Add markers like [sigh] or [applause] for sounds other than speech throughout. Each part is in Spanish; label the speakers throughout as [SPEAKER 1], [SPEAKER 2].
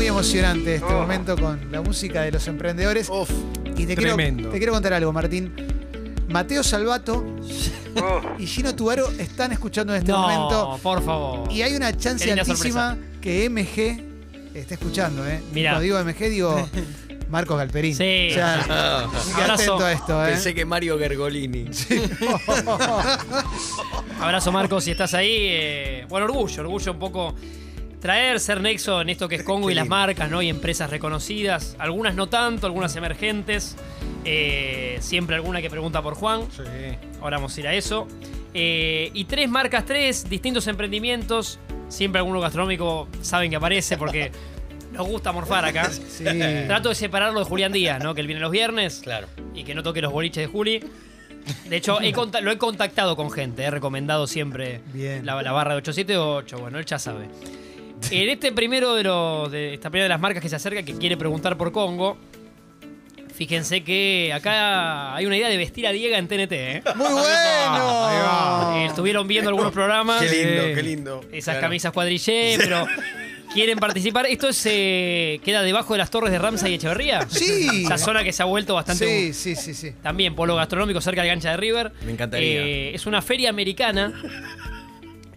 [SPEAKER 1] emocionante este
[SPEAKER 2] Oh.
[SPEAKER 1] momento con la música de los emprendedores.
[SPEAKER 3] Uf,
[SPEAKER 1] y te quiero,
[SPEAKER 3] tremendo.
[SPEAKER 1] te quiero contar algo, Martín. Mateo Salvato
[SPEAKER 2] Oh,
[SPEAKER 1] y Gino Tuaro están escuchando en este
[SPEAKER 4] no,
[SPEAKER 1] momento.
[SPEAKER 4] por favor.
[SPEAKER 1] Y hay una chance
[SPEAKER 4] Qué linda
[SPEAKER 1] altísima que MG esté escuchando, ¿eh?
[SPEAKER 4] Mirá.
[SPEAKER 1] Cuando digo MG,
[SPEAKER 4] [laughs]
[SPEAKER 1] digo Marcos Galperín.
[SPEAKER 4] Sí. Ah.
[SPEAKER 1] O sea, qué
[SPEAKER 4] Abrazo.
[SPEAKER 1] atento a esto, ¿eh?
[SPEAKER 3] pensé que Mario Gergolini.
[SPEAKER 4] Abrazo, Marcos, si estás ahí. eh, bueno, orgullo, orgullo un poco. Traer, ser nexo en esto que es Congo y las marcas, ¿no? Y empresas reconocidas. Algunas no tanto, algunas emergentes. eh, siempre alguna que pregunta por Juan. Ahora vamos a ir a eso. Eh, y tres marcas, tres distintos emprendimientos. Siempre alguno gastronómico saben que
[SPEAKER 1] [laughs]
[SPEAKER 4] aparece porque nos gusta morfar acá.
[SPEAKER 1] Sí.
[SPEAKER 4] Trato de separarlo de Julián Díaz, ¿no? Que él viene los viernes
[SPEAKER 3] Claro.
[SPEAKER 4] y que no toque los boliches de Juli. De hecho, he conta- lo he contactado con gente, he recomendado siempre
[SPEAKER 1] Bien.
[SPEAKER 4] La, la barra de 878, bueno, él ya sabe. En este primero de, los de esta primera de las marcas que se acerca, que quiere preguntar por Congo, fíjense que acá hay una idea de vestir a Diego en TNT, ¿eh?
[SPEAKER 3] Ah,
[SPEAKER 1] ¡Muy bueno!
[SPEAKER 4] Ahí va. Eh, estuvieron viendo algunos programas.
[SPEAKER 3] Qué lindo,
[SPEAKER 4] Ah, Sí.
[SPEAKER 3] qué lindo.
[SPEAKER 4] Esas
[SPEAKER 3] Claro.
[SPEAKER 4] camisas cuadrillé, pero quieren participar. Esto se queda debajo de las torres de Ramsa y Echeverría.
[SPEAKER 1] Sí.
[SPEAKER 4] Esa zona que se ha vuelto
[SPEAKER 1] Sí,
[SPEAKER 4] bastante
[SPEAKER 1] sí, sí, sí.
[SPEAKER 4] también polo gastronómico cerca de Gancha de River.
[SPEAKER 3] Me encantaría.
[SPEAKER 4] Eh, es una feria americana.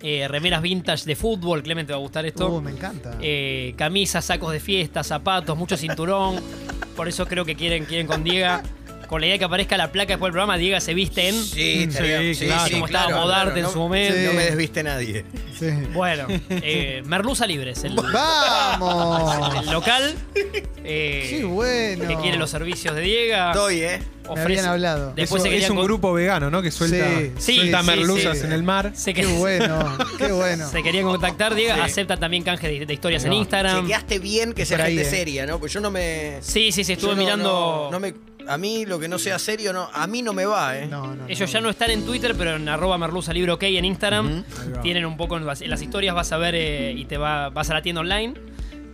[SPEAKER 4] Eh, remeras vintage de fútbol, Clemente va a gustar esto.
[SPEAKER 1] Uh, me encanta.
[SPEAKER 4] Eh, camisas, sacos de fiesta, zapatos, mucho cinturón. Por eso creo que quieren, quieren con Diego. Con la idea de que aparezca la placa después del programa, Diego se viste en.
[SPEAKER 3] Sí, estaría-
[SPEAKER 4] Sí, claro. Como estaba Modarte en
[SPEAKER 3] no-
[SPEAKER 4] su momento.
[SPEAKER 3] No me desviste nadie.
[SPEAKER 1] Sí.
[SPEAKER 4] Bueno, eh, Merluza Libres, el,
[SPEAKER 1] ¡Vamos!
[SPEAKER 4] [laughs] el local. eh,
[SPEAKER 1] ¡Qué bueno!
[SPEAKER 4] Que quiere los servicios de Diego.
[SPEAKER 3] Doy, ¿eh?
[SPEAKER 1] Me habían hablado.
[SPEAKER 4] Después
[SPEAKER 5] es,
[SPEAKER 4] se querían
[SPEAKER 5] es un
[SPEAKER 4] con-
[SPEAKER 5] grupo vegano, ¿no? Que suelta,
[SPEAKER 1] Sí,
[SPEAKER 4] sí,
[SPEAKER 5] suelta
[SPEAKER 4] sí,
[SPEAKER 5] merluzas
[SPEAKER 4] sí.
[SPEAKER 5] en el mar.
[SPEAKER 4] se
[SPEAKER 1] ¡Qué
[SPEAKER 4] [laughs] que-
[SPEAKER 1] bueno! ¡Qué bueno!
[SPEAKER 4] Se querían contactar, Diego. Acepta también canje de, de historias en Instagram.
[SPEAKER 3] Chequeaste bien que sea
[SPEAKER 1] Por ahí,
[SPEAKER 3] gente
[SPEAKER 1] eh.
[SPEAKER 3] seria, ¿no? Pues yo no me.
[SPEAKER 4] Sí, sí, sí, estuve
[SPEAKER 3] yo no-
[SPEAKER 4] mirando.
[SPEAKER 3] No, no me, a mí lo que no sea serio, no, a mí no me va, ¿eh?
[SPEAKER 1] No, no,
[SPEAKER 4] Ellos ya no están en Twitter, pero en arroba merluza libro ok en Instagram. Tienen un poco en las, en las historias, vas a ver eh, y te va, vas a la tienda online.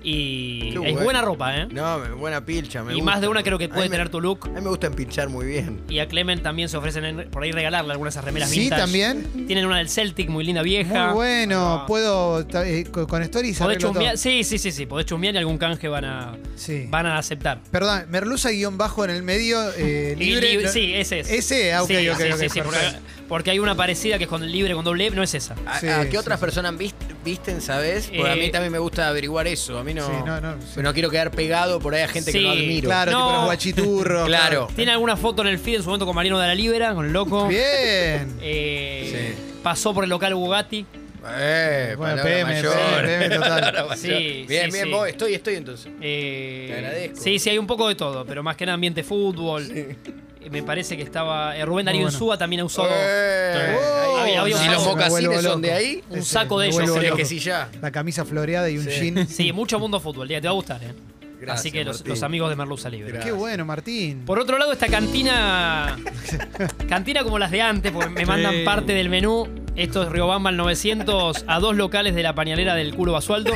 [SPEAKER 4] Y
[SPEAKER 3] Qué
[SPEAKER 4] es
[SPEAKER 3] bueno.
[SPEAKER 4] buena ropa, ¿eh?
[SPEAKER 3] No, me- buena pilcha. Me
[SPEAKER 4] y más
[SPEAKER 3] gusta.
[SPEAKER 4] de una creo que
[SPEAKER 3] A mí
[SPEAKER 4] puede
[SPEAKER 3] me-
[SPEAKER 4] tener tu
[SPEAKER 3] A
[SPEAKER 4] look.
[SPEAKER 3] mí me gusta empilchar muy bien.
[SPEAKER 4] Y a Clement también se ofrecen en- por ahí regalarle algunas de esas remeras
[SPEAKER 1] Sí,
[SPEAKER 4] vintage.
[SPEAKER 1] también.
[SPEAKER 4] Tienen una del Celtic muy linda vieja.
[SPEAKER 1] Muy bueno,
[SPEAKER 4] Ah.
[SPEAKER 1] puedo ta- eh, con, con stories
[SPEAKER 4] Podés
[SPEAKER 1] arreglo todo.
[SPEAKER 4] chusmear- Sí, sí, sí, sí. Podés chusmear y algún canje van a,
[SPEAKER 1] Sí.
[SPEAKER 4] van a aceptar.
[SPEAKER 1] Perdón, Merluza guión bajo en el medio eh,
[SPEAKER 4] Y
[SPEAKER 1] libre.
[SPEAKER 4] lib-
[SPEAKER 1] no-
[SPEAKER 4] sí, ese es.
[SPEAKER 1] Ese, ah, ok,
[SPEAKER 4] Sí,
[SPEAKER 1] ok,
[SPEAKER 4] sí,
[SPEAKER 1] ok,
[SPEAKER 4] sí, sí, porque,
[SPEAKER 1] perfecto.
[SPEAKER 4] porque hay una parecida que es con libre con doble F, no es esa.
[SPEAKER 3] ¿A,
[SPEAKER 1] Sí,
[SPEAKER 3] a qué
[SPEAKER 1] sí,
[SPEAKER 3] otras
[SPEAKER 1] sí.
[SPEAKER 3] personas vis- visten, sabes? Porque a
[SPEAKER 4] Eh,
[SPEAKER 3] mí también me gusta averiguar eso. A mí no.
[SPEAKER 1] Sí, no, no, sí.
[SPEAKER 3] Pero no quiero quedar pegado por ahí a gente que no
[SPEAKER 4] Sí,
[SPEAKER 3] admiro.
[SPEAKER 1] Claro,
[SPEAKER 4] No.
[SPEAKER 1] tipo los guachiturros.
[SPEAKER 3] [laughs] Claro.
[SPEAKER 4] Tiene alguna foto en el feed en su momento con Marino de la Libera, con el loco.
[SPEAKER 1] Bien.
[SPEAKER 4] Eh, Pasó por el local Bugatti.
[SPEAKER 3] Eh,
[SPEAKER 1] Bueno,
[SPEAKER 3] palabra
[SPEAKER 1] PM,
[SPEAKER 3] mayor.
[SPEAKER 1] PM, PM, total.
[SPEAKER 3] [laughs] Palabra
[SPEAKER 4] Sí,
[SPEAKER 3] mayor.
[SPEAKER 4] sí,
[SPEAKER 3] bien, bien,
[SPEAKER 4] sí.
[SPEAKER 3] voy, estoy, estoy entonces.
[SPEAKER 4] Eh,
[SPEAKER 3] Te agradezco.
[SPEAKER 4] Sí, sí, hay un poco de todo, pero más que nada ambiente fútbol. Eh, Me parece que estaba. eh, Rubén Darío
[SPEAKER 1] Muy bueno.
[SPEAKER 4] Insúa también ha usado.
[SPEAKER 3] Eh,
[SPEAKER 1] Oh,
[SPEAKER 4] había- había
[SPEAKER 3] si
[SPEAKER 4] un-
[SPEAKER 3] los
[SPEAKER 4] me
[SPEAKER 3] mocasines
[SPEAKER 1] vuelvo
[SPEAKER 3] son de
[SPEAKER 1] loco.
[SPEAKER 3] ahí,
[SPEAKER 4] Un
[SPEAKER 1] Ese,
[SPEAKER 4] saco de
[SPEAKER 1] me
[SPEAKER 4] ellos,
[SPEAKER 1] vuelvo
[SPEAKER 4] creo
[SPEAKER 3] ¿crees
[SPEAKER 1] loco.
[SPEAKER 3] que sí ya?
[SPEAKER 1] La camisa floreada y un
[SPEAKER 3] Sí.
[SPEAKER 1] jean.
[SPEAKER 4] Sí, mucho mundo fútbol, ya te va a gustar, ¿eh?
[SPEAKER 3] Gracias,
[SPEAKER 4] Así que los,
[SPEAKER 3] Martín.
[SPEAKER 4] los amigos de Merluza Libre.
[SPEAKER 3] Gracias.
[SPEAKER 1] Qué bueno, Martín.
[SPEAKER 4] Por otro lado, esta cantina.
[SPEAKER 5] [laughs]
[SPEAKER 4] cantina como las de antes, porque me mandan
[SPEAKER 5] Sí.
[SPEAKER 4] parte del menú. Esto es Riobamba al 900 a dos locales de la pañalera del culo Basualdo.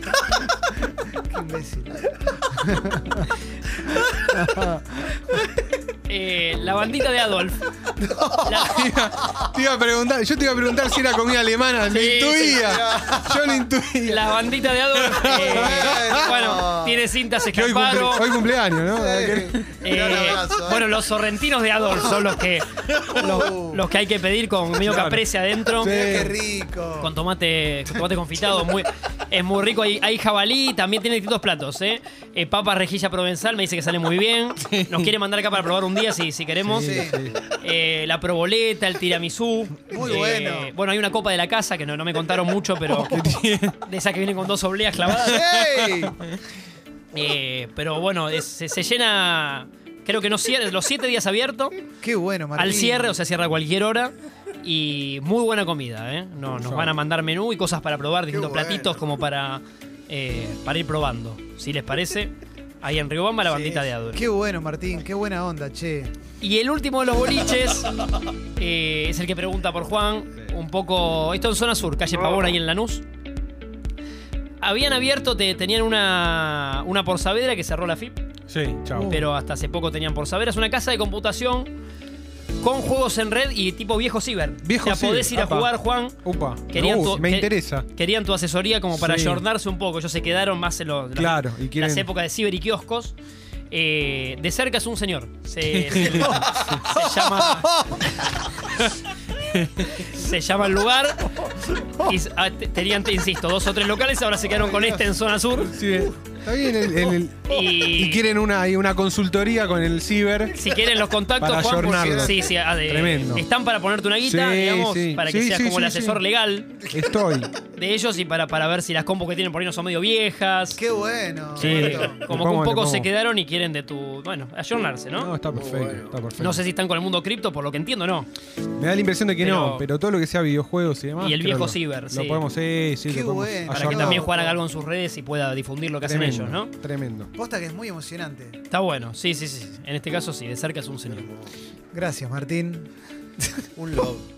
[SPEAKER 1] Qué imbécil.
[SPEAKER 4] Eh, la bandita de Adolf. La-
[SPEAKER 5] [laughs] Te iba a preguntar, yo te iba a preguntar si era comida alemana. Lo
[SPEAKER 4] Sí,
[SPEAKER 5] intuía. Yo lo intuía.
[SPEAKER 4] la bandita de
[SPEAKER 5] [laughs]
[SPEAKER 4] Adolf. eh, bueno, tiene cintas
[SPEAKER 5] Que hoy, cumple-
[SPEAKER 4] escaparo.
[SPEAKER 5] hoy cumpleaños, ¿no?
[SPEAKER 4] Eh, bueno, los sorrentinos de Adolf son los que los, los que hay que pedir con medio
[SPEAKER 5] Uh. Claro.
[SPEAKER 4] caprese adentro.
[SPEAKER 5] Sí.
[SPEAKER 1] Qué rico.
[SPEAKER 4] [laughs] Con tomate, con tomate confitado, muy, es muy rico. Hay, hay jabalí, también tiene distintos platos. ¿eh? Eh, papa rejilla provenzal, me dice que sale muy bien. Nos quiere mandar acá para probar un día si, si queremos. Eh, la proboleta, el tiramisú.
[SPEAKER 1] Muy
[SPEAKER 4] Eh,
[SPEAKER 1] bueno. Oh,
[SPEAKER 4] Bueno, hay una copa de la casa que no, no me contaron mucho, pero de esas que vienen con dos obleas clavadas.
[SPEAKER 1] ¡Ey!
[SPEAKER 4] Eh, pero bueno, es- se, se llena, creo que no cierra, los siete días abierto.
[SPEAKER 1] Qué bueno, Martín.
[SPEAKER 4] Al cierre, o sea, cierra a cualquier hora. Y muy buena comida, ¿eh? No, nos van a mandar menú y cosas para probar, distintos
[SPEAKER 3] bueno.
[SPEAKER 4] platitos como para, eh, para ir probando. Si les parece, ahí en Riobamba la bandita de Adol.
[SPEAKER 1] Qué bueno, Martín. Qué buena onda, che.
[SPEAKER 4] Y el último de los boliches eh, es el que pregunta por Juan. Un poco. Esto en zona sur, calle Pavón, ahí en Lanús. Habían abierto, te- tenían una, una por Saavedra que cerró la FIP
[SPEAKER 5] Sí, chao.
[SPEAKER 4] pero hasta hace poco tenían por saber. Es una casa de computación con juegos en red y tipo viejo ciber.
[SPEAKER 5] Viejo
[SPEAKER 4] o sea,
[SPEAKER 5] ciber,
[SPEAKER 4] podés ir a
[SPEAKER 5] apa.
[SPEAKER 4] jugar, Juan.
[SPEAKER 5] Upa,
[SPEAKER 4] Querían
[SPEAKER 5] uh,
[SPEAKER 4] tu-
[SPEAKER 5] me
[SPEAKER 4] que-
[SPEAKER 5] interesa.
[SPEAKER 4] Querían tu asesoría como para
[SPEAKER 5] Sí.
[SPEAKER 4] ayornarse un poco. Ellos se quedaron más en los,
[SPEAKER 5] Claro, y quieren-
[SPEAKER 4] las épocas de ciber y kioscos. Eh, de cerca es un señor.
[SPEAKER 5] [laughs]
[SPEAKER 4] Se, se- se llama. se llama el lugar. Y, s- ah, te- tenían, te insisto, dos o tres locales. Ahora se quedaron con este en zona sur.
[SPEAKER 5] Sí, eh. está bien. el- el- el-
[SPEAKER 4] Y-
[SPEAKER 5] y... quieren una, ahí una consultoría con el ciber.
[SPEAKER 4] Si quieren los contactos,
[SPEAKER 5] Para
[SPEAKER 4] Juan, por-
[SPEAKER 5] ayornarlo.
[SPEAKER 4] sí, sí, ah, de-
[SPEAKER 5] Tremendo.
[SPEAKER 4] están para ponerte una guita,
[SPEAKER 5] Sí,
[SPEAKER 4] digamos,
[SPEAKER 5] sí.
[SPEAKER 4] para que
[SPEAKER 5] Sí,
[SPEAKER 4] seas
[SPEAKER 5] sí,
[SPEAKER 4] como el
[SPEAKER 5] sí,
[SPEAKER 4] asesor
[SPEAKER 5] sí.
[SPEAKER 4] legal
[SPEAKER 5] Estoy.
[SPEAKER 4] de ellos y para, para ver si las compos que tienen por ahí no son medio viejas.
[SPEAKER 1] Qué bueno.
[SPEAKER 4] Eh,
[SPEAKER 1] Roberto.
[SPEAKER 4] como que
[SPEAKER 5] Pongo,
[SPEAKER 4] un
[SPEAKER 5] le
[SPEAKER 4] poco
[SPEAKER 5] pongo.
[SPEAKER 4] se quedaron y quieren de tu. Bueno, ayornarse,
[SPEAKER 5] No,
[SPEAKER 4] ¿no?
[SPEAKER 5] está perfecto.
[SPEAKER 3] bueno.
[SPEAKER 5] Está perfecto.
[SPEAKER 4] No sé si están con el mundo cripto, por lo que entiendo, no.
[SPEAKER 5] Me da la impresión de que
[SPEAKER 4] Pero-
[SPEAKER 5] no, pero todo lo que sea videojuegos y demás.
[SPEAKER 4] Y el
[SPEAKER 5] creo
[SPEAKER 4] viejo
[SPEAKER 5] lo-
[SPEAKER 4] ciber,
[SPEAKER 5] lo
[SPEAKER 4] sí.
[SPEAKER 5] podemos, sí, sí,
[SPEAKER 1] Qué
[SPEAKER 5] lo podemos
[SPEAKER 1] bueno.
[SPEAKER 4] Para que
[SPEAKER 5] ayornar.
[SPEAKER 4] también juegan algo en sus redes y pueda difundir lo que
[SPEAKER 5] Ah,
[SPEAKER 4] hacen
[SPEAKER 5] Tremendo,
[SPEAKER 4] ellos, ¿no?
[SPEAKER 5] Tremendo.
[SPEAKER 1] Posta que es muy emocionante.
[SPEAKER 4] Está bueno, sí, sí, sí. En este caso sí, de cerca es un señor.
[SPEAKER 1] Gracias, Martín.
[SPEAKER 3] Un love.